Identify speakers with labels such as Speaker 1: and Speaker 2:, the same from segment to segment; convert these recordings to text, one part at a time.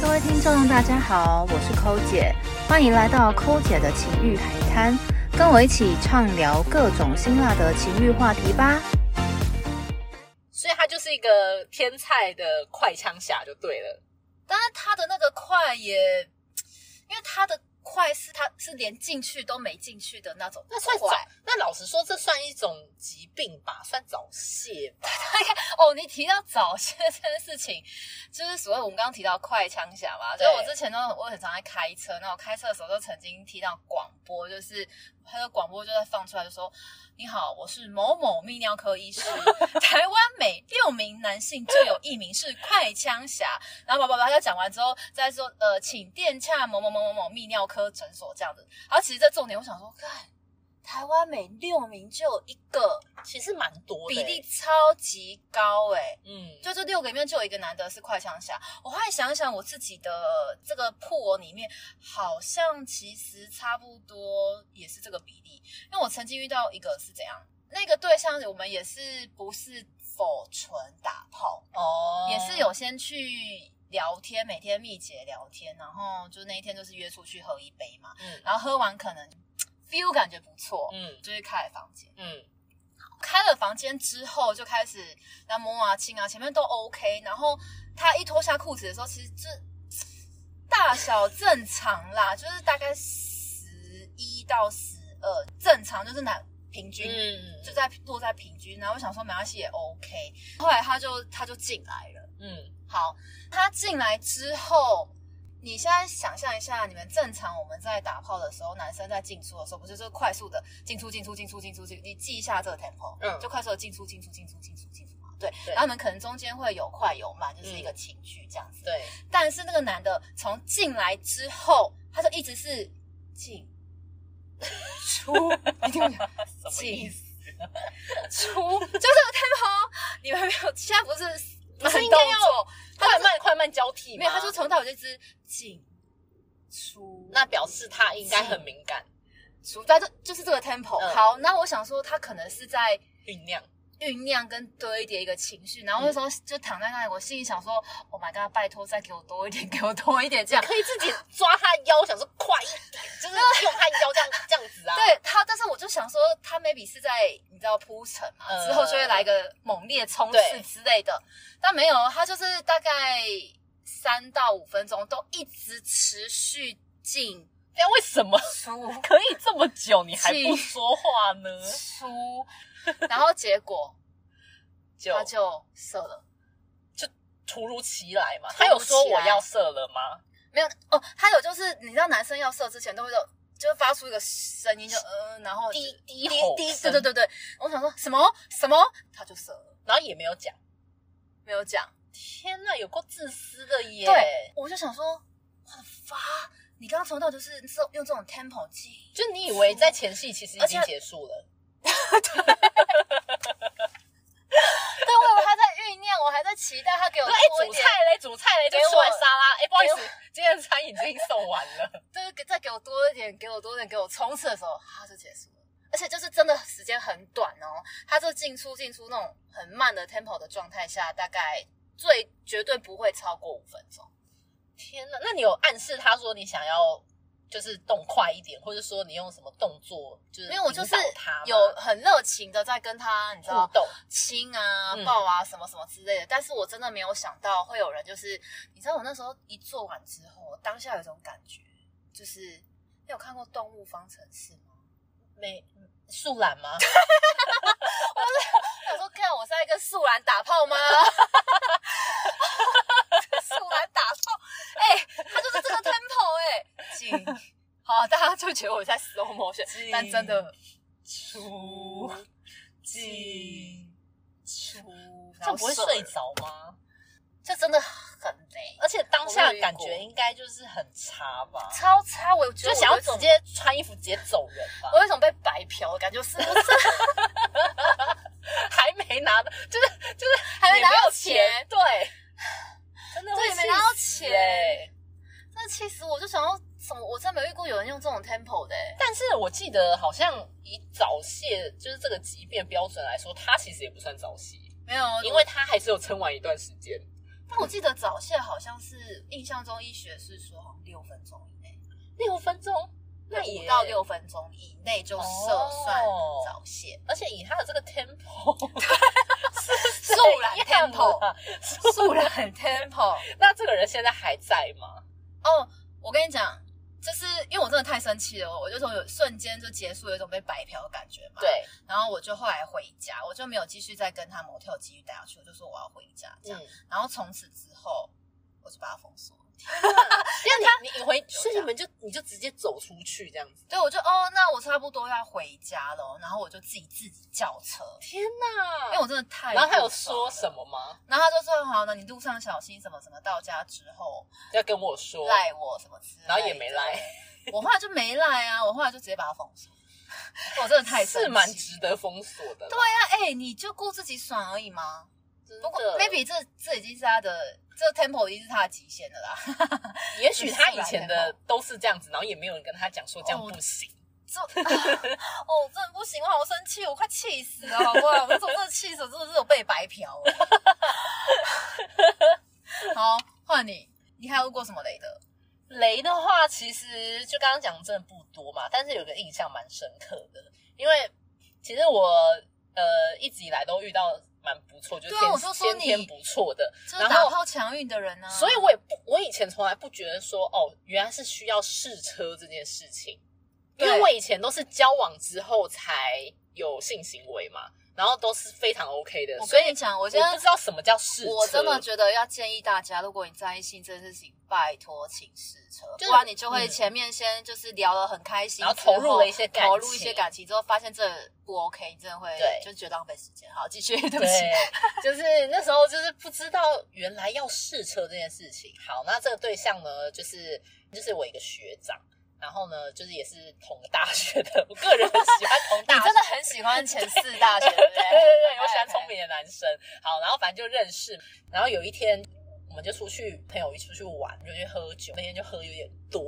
Speaker 1: 各位听众，大家好，我是抠姐，欢迎来到抠姐的情欲海滩，跟我一起畅聊各种辛辣的情欲话题吧。
Speaker 2: 所以他就是一个天菜的快枪侠就对了。
Speaker 3: 但是他的那个快也，因为他的快是他是连进去都没进去的那种
Speaker 2: 那算早
Speaker 3: 快。，
Speaker 2: 那老实说，这算一种疾病吧，算早泄吧。
Speaker 3: 哦，你提到早泄这件事情，就是所谓我们刚刚提到快枪侠嘛，就
Speaker 2: 对
Speaker 3: 是我之前都我很常在开车，那我开车的时候就曾经听到广播，就是他的广播就在放出来，就说：“你好，我是某某泌尿科医师，台湾每六名男性就有一名是快枪侠。”然后叭叭叭，他讲完之后再说：“呃，请电洽某某某某某泌尿科诊所这样子。”然后其实这重点，我想说，看台湾每六名就有一个。
Speaker 2: 其实蛮多的、欸
Speaker 3: 比例，超级高哎、
Speaker 2: 嗯，
Speaker 3: 就这六个里面就有一个男的是快枪侠。我后来想一想，我自己的这个铺我里面好像其实差不多也是这个比例，因为我曾经遇到一个是怎样，那个对象我们也是不是否纯打炮，
Speaker 2: 哦
Speaker 3: 也是有先去。聊天，每天密集地聊天，然后就那一天就是约出去喝一杯嘛，
Speaker 2: 嗯，
Speaker 3: 然后喝完可能 feel 感觉不错，
Speaker 2: 嗯
Speaker 3: 就是开了房间。
Speaker 2: 嗯
Speaker 3: 开了房间之后就开始那摸啊亲啊，前面都 OK。然后他一脱下裤子的时候，其实这大小正常啦， 就是大概十一到十二，正常就是男平均。
Speaker 2: 嗯，
Speaker 3: 就在落在平均，然后我想说没关系也 OK。后来他就他就进来了，
Speaker 2: 嗯
Speaker 3: 好，他进来之后，你现在想象一下，你们正常我们在打炮的时候，男生在进出的时候，不就是快速的进出进出进出进出进出，你记一下这个 tempo，
Speaker 2: 嗯
Speaker 3: 就快速的进出进出进出进出进出嘛，对。
Speaker 2: 对嗯
Speaker 3: 然后你们可能中间会有快有慢，就是一个情绪这样子。。
Speaker 2: 对，
Speaker 3: 但是那个男的从进来之后，他就一直是进出，你听我讲，
Speaker 2: 什么意
Speaker 3: 进
Speaker 2: 思？
Speaker 3: 出，就这个 tempo，你们没有，现在不是不
Speaker 2: 慢
Speaker 3: 是应该
Speaker 2: 动
Speaker 3: 要
Speaker 2: 作快慢快慢交替吗
Speaker 3: 没有，他就从头到尾就一直进出，
Speaker 2: 那表示他应该很敏感，
Speaker 3: 出，他就就是这个 tempo、
Speaker 2: 嗯
Speaker 3: 好，那我想说他可能是在
Speaker 2: 酝酿。
Speaker 3: 酝酿跟堆叠一个情绪，然后那时候就躺在那里，我心里想说，Oh my god，拜托再给我多一点，给我多一点这 样。
Speaker 2: 可以自己抓他腰，想说快一点，就是用他腰这样这样子啊。
Speaker 3: 对他，但是我就想说，他 maybe 是在你知道铺陈嘛，
Speaker 2: 嗯
Speaker 3: 之后就会来个猛烈冲
Speaker 2: 对
Speaker 3: 刺之类的，但没有，他就是大概三到五分钟都一直持续进
Speaker 2: 对，为什么
Speaker 3: 出。
Speaker 2: 可以这么久你还不说话呢？
Speaker 3: 出，然后结 果
Speaker 2: 就
Speaker 3: 他就射了。
Speaker 2: 突如其来嘛。
Speaker 3: 突如
Speaker 2: 他有说
Speaker 3: 其
Speaker 2: 我
Speaker 3: 来
Speaker 2: 要射了吗？
Speaker 3: 没有哦，他有就是你知道男生要射之前都会有，就发出一个声音就嗯、然后
Speaker 2: 低
Speaker 3: 就
Speaker 2: 低吼
Speaker 3: 低
Speaker 2: 声
Speaker 3: 对对对对，我想说什么什么，他就射了，
Speaker 2: 然后也没有讲。
Speaker 3: 没有讲。
Speaker 2: 天呐，有够自私的耶！
Speaker 3: 对，我就想说，我的发，你刚刚从头到尾就是这用这种 tempo 进，
Speaker 2: 就你以为在前戏其实已
Speaker 3: 而且
Speaker 2: 经结束了，
Speaker 3: 对我以为他在酝酿，我还在期待他给我
Speaker 2: 说
Speaker 3: 多
Speaker 2: 哎
Speaker 3: 一
Speaker 2: 煮
Speaker 3: 点，
Speaker 2: 菜嘞，煮菜嘞，就
Speaker 3: 给
Speaker 2: 吃完
Speaker 3: 我
Speaker 2: 沙拉，哎不好意
Speaker 3: 给
Speaker 2: 思，今天的餐已经送完了。
Speaker 3: 就是给再给我多一点，给我多一点，给我冲刺的时候，他就结束了。而且就是真的时间很短哦，他就进出进出那种很慢的 tempo 的状态下，大概最绝对不会超过五分钟。
Speaker 2: 天呐，那你有暗示他说你想要就是动快一点，或者说你用什么动作就是
Speaker 3: 因为我就是
Speaker 2: 引导他吗
Speaker 3: 有很热情的在跟他，你知
Speaker 2: 互
Speaker 3: 道
Speaker 2: 动，
Speaker 3: 亲啊
Speaker 2: 嗯、
Speaker 3: 抱啊什么什么之类的，但是我真的没有想到会有人就是，你知道我那时候一做完之后，我当下有一种感觉，就是你有看过《动物方程式》吗？
Speaker 2: 没树懒吗？
Speaker 3: 我想说，看我是在跟素兰打炮吗？ 素兰打炮，哎、他就是这个 tempo 哎、进，好，大家就觉得我在 slow motion，
Speaker 2: 进
Speaker 3: 但真的
Speaker 2: 出进
Speaker 3: 出，
Speaker 2: 这样不会睡
Speaker 3: 然后射了，
Speaker 2: 着吗？
Speaker 3: 这真的很累，
Speaker 2: 而且当下
Speaker 3: 我没有遇过
Speaker 2: 感觉应该就是很差吧，
Speaker 3: 超差，我觉
Speaker 2: 就
Speaker 3: 得
Speaker 2: 想
Speaker 3: 我
Speaker 2: 要
Speaker 3: 有一
Speaker 2: 直
Speaker 3: 种
Speaker 2: 接穿衣服直接走人吧
Speaker 3: 我。有一种被白嫖的感觉，是不是？
Speaker 2: 还没拿到，就是就是
Speaker 3: 还没拿到
Speaker 2: 也没有
Speaker 3: 钱
Speaker 2: 对，真的会
Speaker 3: 对
Speaker 2: 气死
Speaker 3: 没拿到钱
Speaker 2: 欸
Speaker 3: 那其实我就想要，怎么我真没遇过有人用这种 tempo 的、欸，
Speaker 2: 但是我记得好像以早泄就是这个疾病标准来说，它其实也不算早泄，
Speaker 3: 没有，
Speaker 2: 因为它还是有撑完一段时间。
Speaker 3: 但我记得早泄好像是印象中医学是说好像六分钟以内，
Speaker 2: 六分钟，那也
Speaker 3: 五到六分钟以内就涉算
Speaker 2: 哦
Speaker 3: 早 泄，
Speaker 2: 而且以他的这个 tempo，
Speaker 3: 速懒
Speaker 2: 怎样
Speaker 3: tempo，
Speaker 2: 啊
Speaker 3: 速懒 tempo。
Speaker 2: 那这个人现在还在吗？
Speaker 3: 哦，我跟你讲，就是因为我真的太生气了，我就从有瞬间就结束，有一种被白嫖的感觉嘛。。
Speaker 2: 对，
Speaker 3: 然后我就后来回家，我就没有继续再跟他 motel 继续待下去，我就说我要回家
Speaker 2: 嗯，
Speaker 3: 这
Speaker 2: 因
Speaker 3: 样。
Speaker 2: 为
Speaker 3: 然后从此之后，我就把他封锁。
Speaker 2: 你你你啊回，所以你们就你就直接走出去这样子。
Speaker 3: 对，我就哦，那我差不多要回家了，然后我就自己自己叫车，
Speaker 2: 天哪！
Speaker 3: 因为我真的太……
Speaker 2: 然后他有说什？么吗？
Speaker 3: 然后他就说好，那你路上小心，什么什么，到家之后
Speaker 2: 要跟我说，
Speaker 3: 赖我什么之类的，
Speaker 2: 然后也没赖，
Speaker 3: 我后来就没赖啊，我后来就直接把他封锁。 我真的太生气
Speaker 2: 是蛮值得封锁的啦。
Speaker 3: 对呀、哎、你就顾自己爽而已吗？
Speaker 2: 真的，
Speaker 3: 不过 maybe 这这已经是他的这 tempo 已经是他的极限了啦。
Speaker 2: 也许他以前的都是这样子，然后也没有人跟他讲说这样不行。
Speaker 3: 这、哦，真的不行，我好生气，我快气死了，好不好？我总真的气死，真的是有被白嫖了。 好，换你，你还有遇过什么雷的？
Speaker 2: 雷的话，其实就刚刚讲的真的不多嘛，但是有个印象蛮深刻的，因为其实我呃一直以来都遇到蛮不错，就是
Speaker 3: 对啊
Speaker 2: 天
Speaker 3: 我就说
Speaker 2: 先
Speaker 3: 你
Speaker 2: 天不错的，
Speaker 3: 就是
Speaker 2: 然
Speaker 3: 打
Speaker 2: 后
Speaker 3: 炮强运的人啊呢、
Speaker 2: 所以我也不，我以前从来不觉得说哦，原来是需要试车这件事情，因
Speaker 3: 对
Speaker 2: 为我以前都是交往之后才有性行为嘛，然后都是非常 OK 的，
Speaker 3: 我
Speaker 2: 所以
Speaker 3: 跟你讲，我
Speaker 2: 我
Speaker 3: 现在
Speaker 2: 不知道什么叫试车，
Speaker 3: 我真的觉得要建议大家，如果你在意性这件事情，拜托请试车，
Speaker 2: 就是
Speaker 3: 不然你就会
Speaker 2: 嗯
Speaker 3: 前面先就是聊得很开心，
Speaker 2: 然后投入了一些感
Speaker 3: 投入一些
Speaker 2: 情
Speaker 3: 感情之后，发现这不 OK，你真的会
Speaker 2: 对
Speaker 3: 就觉得浪费时间。好，继续， 对不起。
Speaker 2: 对，就是那时候就是不知道原来要试车这件事情。好，那这个对象呢，就是就是我一个学长，然后呢，就是也是同个大学的，我个人很喜欢同大
Speaker 3: 你
Speaker 2: 学，
Speaker 3: 真的很喜欢前四大学，对
Speaker 2: 对
Speaker 3: 不
Speaker 2: 对对对，
Speaker 3: OK，
Speaker 2: 我喜欢
Speaker 3: OK
Speaker 2: 聪明的男生。好，然后反正就认识，然后有一天我们就出去，朋友一出去玩，就去喝酒，那天就喝有点多，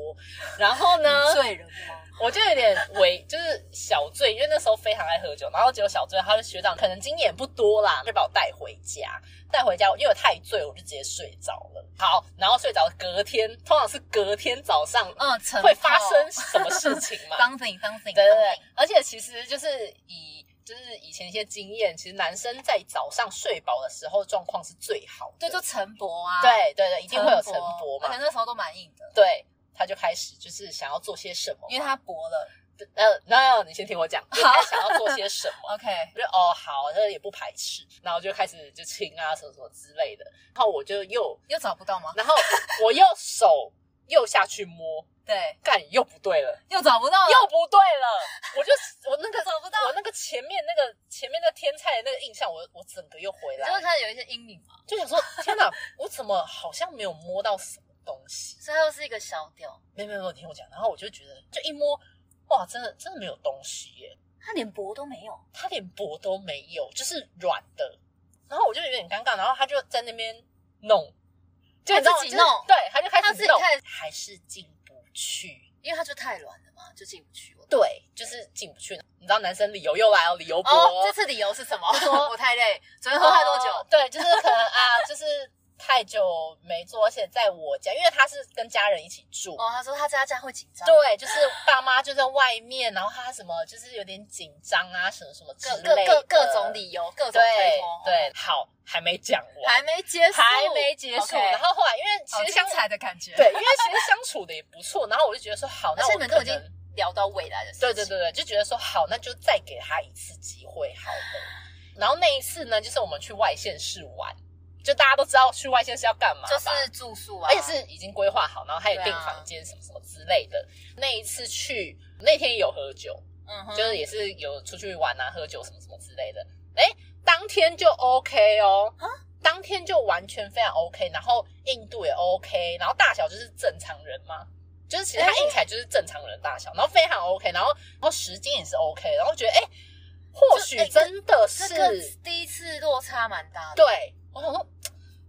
Speaker 2: 然后呢
Speaker 3: 你，醉人吗？
Speaker 2: 我就有点微就是小醉，因为那时候非常爱喝酒，然后只有小醉，他的学长可能经验不多啦，就把我带回家，带回家，因为我太醉，我就直接睡着了。好，然后睡着隔天，通常是隔天早上
Speaker 3: 嗯，晨
Speaker 2: 会发
Speaker 3: 跑
Speaker 2: 生什么事情嘛？
Speaker 3: something something，
Speaker 2: 对对
Speaker 3: something
Speaker 2: 对，而且其实就是以就是以前一些经验，其实男生在早上睡饱的时候状况是最好的。
Speaker 3: 对，就晨勃啊，，
Speaker 2: 对对对，一定会有晨勃
Speaker 3: 而
Speaker 2: 嘛
Speaker 3: 且。那时候都蛮硬的，
Speaker 2: 对，他就开始就是想要做些什么，
Speaker 3: 因为他勃了。
Speaker 2: 呃，那、你先听我讲，就
Speaker 3: 好
Speaker 2: 他想要做些什么。
Speaker 3: OK，
Speaker 2: 我就哦好，那也不排斥，然后就开始就亲啊什么什么之类的，然后我就又，
Speaker 3: 又找不到吗？
Speaker 2: 然后我又手又下去摸，
Speaker 3: 对，
Speaker 2: 干又不对了，
Speaker 3: 又找不到 了，
Speaker 2: 又不对了，我就我那个
Speaker 3: 找不到
Speaker 2: 我那个前面那个前面那个天菜的那个印象，我我整个又回
Speaker 3: 你就会
Speaker 2: 来，
Speaker 3: 开始有一些阴影嘛。
Speaker 2: 就想说天哪，我怎么好像没有摸到什么东西？
Speaker 3: 所以它又是一个小屌，
Speaker 2: 没有没有没有，听我讲，然后我就觉得就一摸，哇，真的真的没有东西耶，
Speaker 3: 他连脖都没有。
Speaker 2: 他连薄都没有，就是软的。然后我就有点尴尬，然后他就在那边弄，就
Speaker 3: 他
Speaker 2: 你知道
Speaker 3: 自己
Speaker 2: 就是
Speaker 3: 弄
Speaker 2: 对，他就开
Speaker 3: 他自
Speaker 2: 始
Speaker 3: 己
Speaker 2: 弄
Speaker 3: 开始，
Speaker 2: 还是进不去。
Speaker 3: 因为它就太软了嘛，就进不去。我
Speaker 2: 对，就是进不去。你知道男生理由又来了，理由薄、
Speaker 3: 哦，这次理由是什么？
Speaker 2: 说
Speaker 3: 我太累，昨天喝太多酒。
Speaker 2: 哦对，就是可能啊， 就是太久没做，而且在我家，因为他是跟家人一起住，
Speaker 3: 哦，他说他在家会紧张，
Speaker 2: 对，就是爸妈就在外面，然后他什么就是有点紧张啊，什么什么之
Speaker 3: 各
Speaker 2: 类
Speaker 3: 各
Speaker 2: 的
Speaker 3: 各各种理由，各种推
Speaker 2: 对
Speaker 3: 脱。
Speaker 2: 对，好，还没讲
Speaker 3: 哦，
Speaker 2: 完，
Speaker 3: 还没结束，
Speaker 2: 还没结束。
Speaker 3: OK
Speaker 2: 然后后来，因为
Speaker 3: 好
Speaker 2: 其实相
Speaker 3: 的感觉
Speaker 2: 对，，因为其实相处的也不错，然后我就觉得说好，
Speaker 3: 而
Speaker 2: 那
Speaker 3: 且
Speaker 2: 我
Speaker 3: 你们都已
Speaker 2: 可能
Speaker 3: 经聊到未来的事情。
Speaker 2: 对对对对，就觉得说好，那就再给他一次机会好了。然后那一次呢，就是我们去外县市玩，就大家都知道去外县市要干嘛吧，
Speaker 3: 就是住宿啊，
Speaker 2: 而且是已经规划好，然后他也
Speaker 3: 对啊
Speaker 2: 订房间什么什么之类的。那一次去那天也有喝酒，
Speaker 3: 嗯哼，
Speaker 2: 就是也是有出去玩啊、喝酒什么什么之类的。哎，当天就 OK 哦，
Speaker 3: 啊
Speaker 2: 当天就完全非常 OK，然后硬度也 OK，然后大小就是正常人嘛，就是其实他硬起来就是正常人大小，然后非常 OK，然后然后时间也是 OK，然后觉得哎，或许
Speaker 3: 就哎
Speaker 2: 真的
Speaker 3: 这
Speaker 2: 是
Speaker 3: 个第一次落差蛮大的。
Speaker 2: 对，我想说。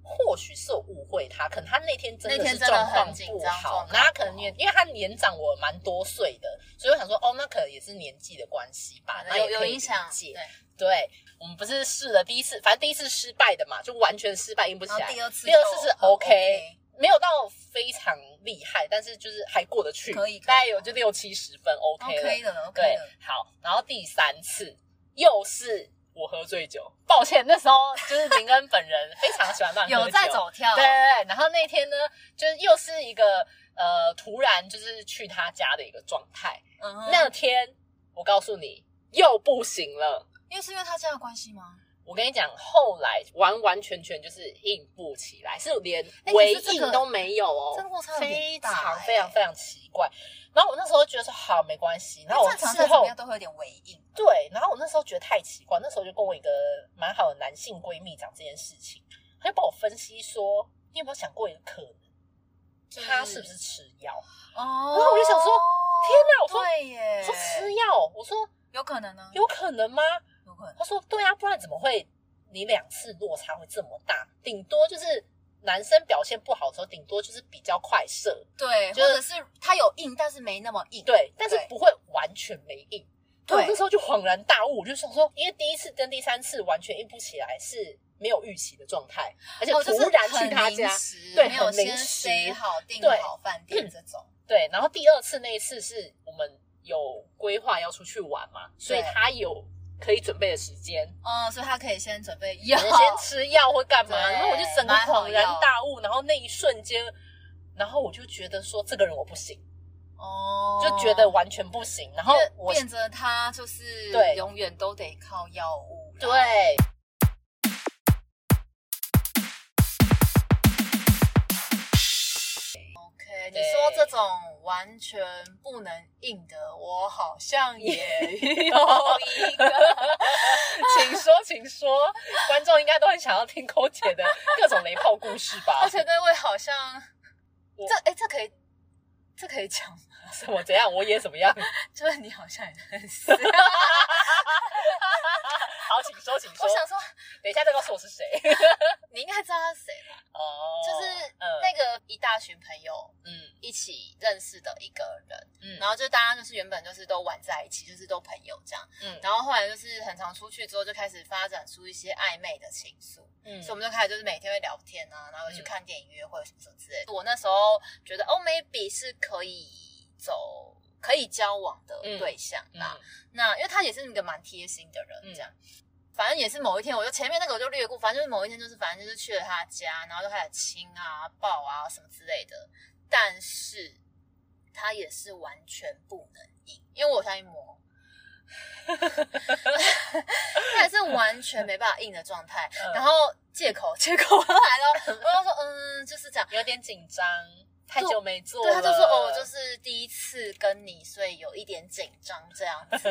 Speaker 2: 或许是我误会他，可能他那天真
Speaker 3: 那
Speaker 2: 的
Speaker 3: 天
Speaker 2: 是
Speaker 3: 真
Speaker 2: 状
Speaker 3: 的
Speaker 2: 况
Speaker 3: 很紧
Speaker 2: 不
Speaker 3: 张
Speaker 2: 好
Speaker 3: 状，态
Speaker 2: 那他
Speaker 3: 不
Speaker 2: 可能
Speaker 3: 好
Speaker 2: 年，因为他年长我蛮多岁的，所以我想说，哦，那可能也是年纪的关系吧，啊那
Speaker 3: 有
Speaker 2: 也
Speaker 3: 有
Speaker 2: 可以
Speaker 3: 影
Speaker 2: 理
Speaker 3: 响，
Speaker 2: 解。
Speaker 3: 对，
Speaker 2: 对，我们不是试了第一次，反正第一次失败的嘛，就完全失败，硬不起
Speaker 3: 然后
Speaker 2: 来。
Speaker 3: 第二次
Speaker 2: 第二次
Speaker 3: 就是很
Speaker 2: OK，没有到非常厉害，但是就是还过得去，
Speaker 3: 可以
Speaker 2: 大概
Speaker 3: 可以
Speaker 2: 有就六七十分 OK 了。
Speaker 3: OK 的了，OK
Speaker 2: 对
Speaker 3: 的，，
Speaker 2: 好，然后第三次又是我喝醉酒，抱歉，那时候就是林恩本人非常喜欢乱喝酒，
Speaker 3: 有在走跳，
Speaker 2: 对对对，然后那天呢，就是又是一个呃突然就是去他家的一个状态，
Speaker 3: 嗯哼，
Speaker 2: 那天我告诉你又不行了。
Speaker 3: 因为是因为他这样的关系吗？
Speaker 2: 我跟你讲，后来完完全全就是硬不起来，是连
Speaker 3: 哎可
Speaker 2: 回
Speaker 3: 是这个
Speaker 2: 应都没有哦，
Speaker 3: 这个落差有
Speaker 2: 非
Speaker 3: 点
Speaker 2: 常
Speaker 3: 大哎
Speaker 2: 非常非常奇怪。然后我那时候觉得说好没关系，然后我
Speaker 3: 哎正常
Speaker 2: 事
Speaker 3: 人怎
Speaker 2: 后
Speaker 3: 么样都会有点回应，
Speaker 2: 对，然后我那时候觉得太奇怪，那时候就跟我一个蛮好的男性闺蜜讲这件事情，她就帮我分析说，你有没有想过一个可能，
Speaker 3: 就是
Speaker 2: 他是不是吃药？
Speaker 3: 哦，
Speaker 2: 然后我就想说 天哪我说
Speaker 3: 对耶，
Speaker 2: 说吃药，我说
Speaker 3: 有可能呢，
Speaker 2: 有可能吗？
Speaker 3: 有可能，
Speaker 2: 他说：“对啊，不然怎么会你两次落差会这么大？顶多就是男生表现不好的时候，顶多就是比较快射，
Speaker 3: 对，或
Speaker 2: 就是
Speaker 3: 者是他有硬，但是没那么硬，
Speaker 2: 对，但是
Speaker 3: 对
Speaker 2: 不会完全没硬。”
Speaker 3: 对
Speaker 2: 我那时候就恍然大悟，我就想说，因为第一次跟第三次完全硬不起来，是没有预期的状态，而且
Speaker 3: 哦，
Speaker 2: 突然去他
Speaker 3: 就是很
Speaker 2: 家，
Speaker 3: 临时
Speaker 2: 对
Speaker 3: 没有
Speaker 2: 很临
Speaker 3: 先
Speaker 2: 时
Speaker 3: say 好订
Speaker 2: 对嗯
Speaker 3: 好饭店这种，
Speaker 2: 对。然后第二次那一次是我们有规划要出去玩嘛，所以
Speaker 3: 对
Speaker 2: 他有可以准备的时 间，
Speaker 3: 嗯，所以他可以先准备药，
Speaker 2: 可能先吃药或干嘛，
Speaker 3: 对
Speaker 2: 然后我就整个
Speaker 3: 买好
Speaker 2: 恍然
Speaker 3: 药
Speaker 2: 大悟，然后那一瞬间，然后我就觉得说这个人我不行，
Speaker 3: 哦，
Speaker 2: 就觉得完全不行，然后
Speaker 3: 变
Speaker 2: 我
Speaker 3: 变着他就是
Speaker 2: 对
Speaker 3: 永远都得靠药物啦，
Speaker 2: 对。
Speaker 3: OK，你
Speaker 2: 对
Speaker 3: 说这种完全不能硬的，我好像也有一个。
Speaker 2: 请说，请说，观众应该都很想要听抠姐 的各种雷炮故事吧？
Speaker 3: 而且那位好像，
Speaker 2: 我
Speaker 3: 这哎、这可以，这可以讲吗？
Speaker 2: 什么怎样，我也怎么样。
Speaker 3: 就是你好像也 认识。我
Speaker 2: 好，请说，请说。
Speaker 3: 想说，
Speaker 2: 等一下再告诉我是谁。
Speaker 3: 你应该知道他是谁吧？
Speaker 2: 哦，
Speaker 3: 就是
Speaker 2: 嗯
Speaker 3: 那个一大群朋友
Speaker 2: 嗯
Speaker 3: 一起认识的一个人，
Speaker 2: 嗯
Speaker 3: 然后就大家就是原本就是都玩在一起，就是都朋友这样，
Speaker 2: 嗯
Speaker 3: 然后后来就是很常出去之后就开始发展出一些暧昧的情愫。
Speaker 2: 嗯
Speaker 3: 所以我们就开始就是每天会聊天啊，然后会去
Speaker 2: 嗯
Speaker 3: 看电影、约会什么什么之类的。我那时候觉得哦，maybe 是可以走、可以交往的
Speaker 2: 嗯
Speaker 3: 对象啦。那因为他也是一个蛮贴心的人，
Speaker 2: 嗯
Speaker 3: 这样。反正也是某一天，我就前面那个我就略过，反正就是某一天，就是反正就是去了他家，然后就开始亲啊、抱啊什么之类的。但是他也是完全不能硬，因为我有相信魔， 他也是完全没办法硬的状态。
Speaker 2: 嗯
Speaker 3: 然后借口借口来了，我就说嗯，就是这样。
Speaker 2: 有点紧张，太久没做
Speaker 3: 对，
Speaker 2: 了。
Speaker 3: 他就说哦，我就是第一次跟你，所以有一点紧张这样子。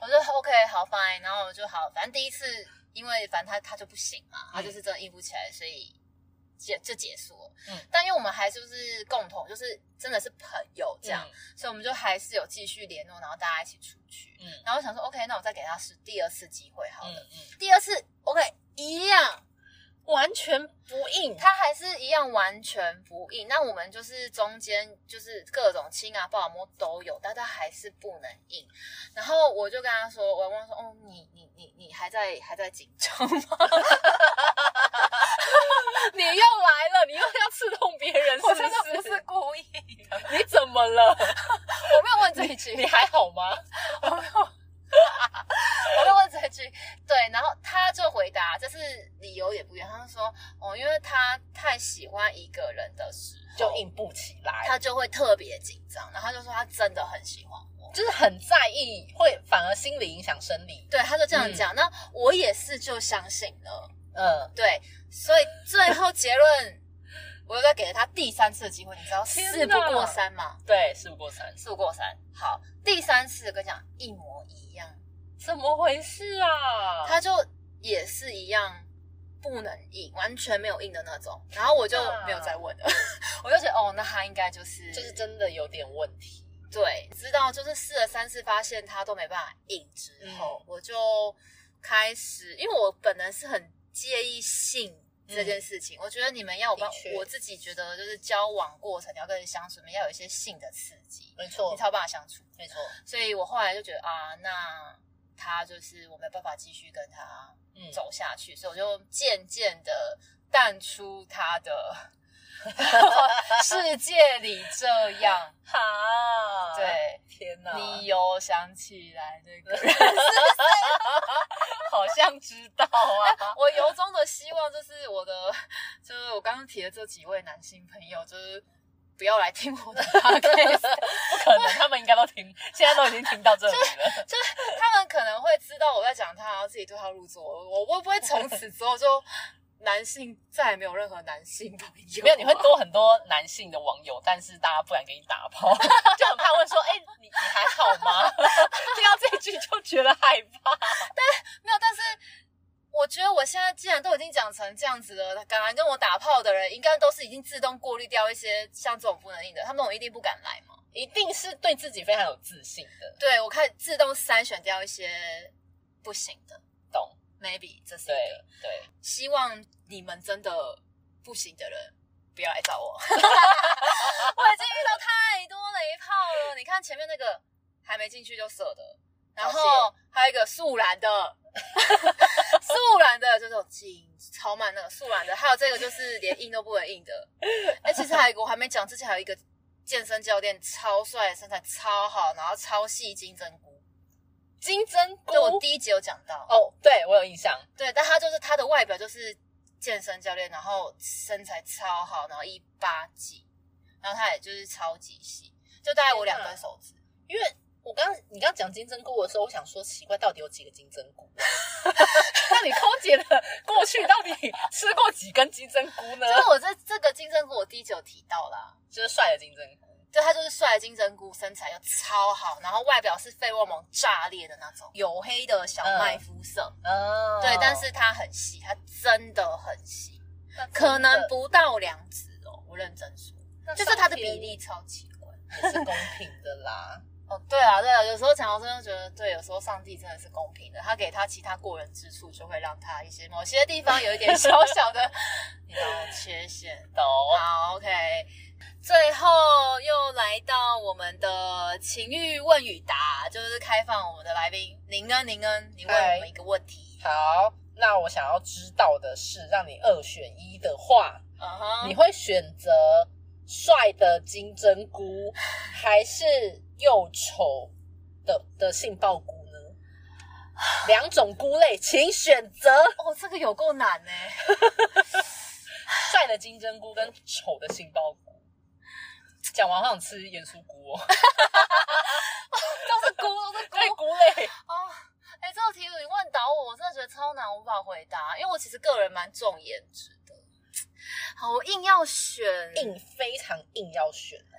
Speaker 3: 我就 OK 好 fine，然后我就好，反正第一次，因为反正他他就不行嘛，他就是真的应付起来，所以结就结束了。
Speaker 2: 嗯
Speaker 3: 但因为我们还是就是共同，就是真的是朋友这样，
Speaker 2: 嗯
Speaker 3: 所以我们就还是有继续联络，然后大家一起出去。
Speaker 2: 嗯
Speaker 3: 然后我想说 OK，那我再给他是第二次机会好了。
Speaker 2: 嗯嗯，
Speaker 3: 第二次 OK 一样，
Speaker 2: 完全不硬。
Speaker 3: 他还是一样完全不硬。那我们就是中间就是各种亲啊、抱啊、摸都有，但他还是不能硬。然后我就跟他说，我问他说，哦，你你你你还在还在紧张吗？
Speaker 2: 你又来了，你又要刺痛别人，是 不
Speaker 3: 我真的不是
Speaker 2: 是？
Speaker 3: 故意的，
Speaker 2: 你怎么了？
Speaker 3: 我没有问这一句，
Speaker 2: 你还好 吗？
Speaker 3: 我就问这句，对，然后他就回答，就是理由也不一样，他就说，哦，因为他太喜欢一个人的时候，
Speaker 2: 就，硬不起来，
Speaker 3: 他就会特别紧张，然后他就说他真的很喜欢我，
Speaker 2: 就是很在意，会反而心理影响生理。
Speaker 3: 对，他就这样讲，那我也是就相信了，
Speaker 2: 嗯，
Speaker 3: 对，所以最后结论，我又再给了他第三次的机会，你知道
Speaker 2: 天
Speaker 3: 事不
Speaker 2: 哪
Speaker 3: 过三嘛，
Speaker 2: 对，事不过三，
Speaker 3: 事不过三，好，第三次跟你讲一模一样，
Speaker 2: 怎么回事啊？
Speaker 3: 他就也是一样不能硬，完全没有硬的那种，然后我就没有再问了， 我就觉得哦，那他应该就是
Speaker 2: 嗯就是真的有点问题。
Speaker 3: 对，知道就是试了三次，发现他都没办法硬之
Speaker 2: 嗯
Speaker 3: 后，我就开始，因为我本人是很介意性这件事情。我觉得你们要有帮
Speaker 2: 嗯的确
Speaker 3: 我自己觉得就是交往过程，你要跟人相处，你们要有一些性的刺激，
Speaker 2: 没错
Speaker 3: 你，才有办法相处。
Speaker 2: 没错，
Speaker 3: 所以我后来就觉得啊，那他就是我没有办法继续跟他
Speaker 2: 嗯，
Speaker 3: 走下去，所以我就渐渐的淡出他的 世界里。这样，
Speaker 2: 好，啊
Speaker 3: 对
Speaker 2: 天哪，
Speaker 3: 你有想起来那个 人是谁吗？好像知道 啊！我由衷的希望，就是我的，就是我刚刚提的这几位男性朋友，就是不要来听我 的 podcast，
Speaker 2: 不可能，他们应该都听，现在都已经听到这里了。
Speaker 3: 就是他们可能会知道我在讲他，然后自己对号入座。我会不会从此之后就男性再也没有任何男性朋友？
Speaker 2: 没有，你会多很多男性的网友，但是大家不敢给你打炮， 就很怕问说：“哎、你你还好吗？” 听到这一句就觉得害怕。
Speaker 3: 没有，但是我觉得我现在既然都已经讲成这样子了，敢来跟我打炮的人，应该都是已经自动过滤掉一些像这种不能硬的，他们我一定不敢来嘛。
Speaker 2: 一定是对自己非常有自信的，
Speaker 3: 对我开始自动筛选掉一些不行的
Speaker 2: 懂？
Speaker 3: ，maybe 这是一
Speaker 2: 对
Speaker 3: 个。
Speaker 2: 对，
Speaker 3: 希望你们真的不行的人不要来找我，我已经遇到太多雷炮了。你看前面那个还没进去就射的，然
Speaker 2: 了
Speaker 3: 后还有一个素然的，素然的这种紧超慢那个素然的，还有这个就是连硬都不能硬的。哎、其实还有一个我还没讲，之前还有一个健身教练超帅，身材超好，然后超细金针菇，
Speaker 2: 金针菇
Speaker 3: 就我第一集有讲到。
Speaker 2: 哦，对我有印象，
Speaker 3: 对，但他就是他的外表就是健身教练，然后身材超好，然后一八几，然后他也就是超级细，就大概我两根手指。
Speaker 2: 因为我刚你刚讲金针菇的时候，我想说奇怪，到底有几个金针菇、 啊？那你抠姐的过去到底吃过几根金针菇呢
Speaker 3: 就？是我这这个金针菇，我第一集有提到啦，
Speaker 2: 就是帅的金针菇，
Speaker 3: 就他就是帅的金针菇，身材又超好，然后外表是费洛蒙炸裂的那种，黝黑的小麦肤色。嗯
Speaker 2: 哦
Speaker 3: 对，但是他很细，他真的很细，可能不到两指哦，我认真说，就是他的比例超奇怪。
Speaker 2: 也是公平的 啦。
Speaker 3: 哦，对啊，对啊，有时候强豪真的觉得，对，有时候上帝真的是公平的，他给他其他过人之处，就会让他一些某些地方有一点小小 的，你知道缺陷。
Speaker 2: 懂
Speaker 3: 好，OK，最后又来到我们的情欲问与答，就是开放我们的来宾林恩，林恩，你问
Speaker 2: 嗨
Speaker 3: 我们一个问题，
Speaker 2: 好，那我想要知道的是，让你二选一的话，
Speaker 3: 嗯哼，
Speaker 2: 你会选择帅的金针菇，还是又丑的的杏鲍菇呢？两种菇类，请选择
Speaker 3: 哦，这个有够难呢、
Speaker 2: 帅的金针菇跟丑的杏鲍菇。讲完好想吃盐酥菇哦，
Speaker 3: 都是菇，都是菇，
Speaker 2: 对菇类，
Speaker 3: 哦，哎、这个题你问倒我，我真的觉得超难，无法回答，因为我其实个人蛮重颜值的。好，我硬要选，
Speaker 2: 硬非常硬要选哦。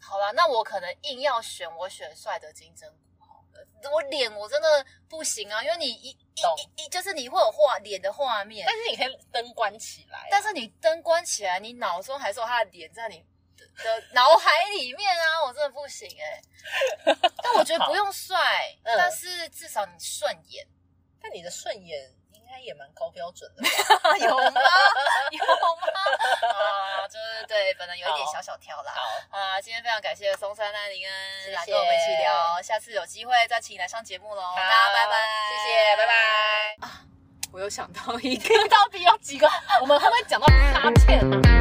Speaker 3: 好啦，那我可能硬要选，我选帅的金针菇好了。我脸我真的不行啊，因为你一一
Speaker 2: 懂
Speaker 3: 一一就是你会有画脸的画面
Speaker 2: 但，是你可以灯关起来啊，
Speaker 3: 但是你灯关起来，你脑中还是有他的脸在你的的脑海里面啊，我真的不行哎、 但我觉得不用帅，
Speaker 2: 嗯
Speaker 3: 但是至少你顺 眼，
Speaker 2: 但你的顺眼应该也蛮高标准的吧。
Speaker 3: 有吗？有吗？啊，就是对，本人有一点小小挑啦。
Speaker 2: 好，
Speaker 3: 啊，今天非常感谢松山奈林恩
Speaker 2: 谢谢
Speaker 3: 来跟我们一起聊，下次有机会再请你来上节目喽。
Speaker 2: 好
Speaker 3: 大家拜拜，啊
Speaker 2: 谢谢，拜。拜。
Speaker 3: 我又想到一个。
Speaker 2: 到底有几个？我们会不会讲到 top ten？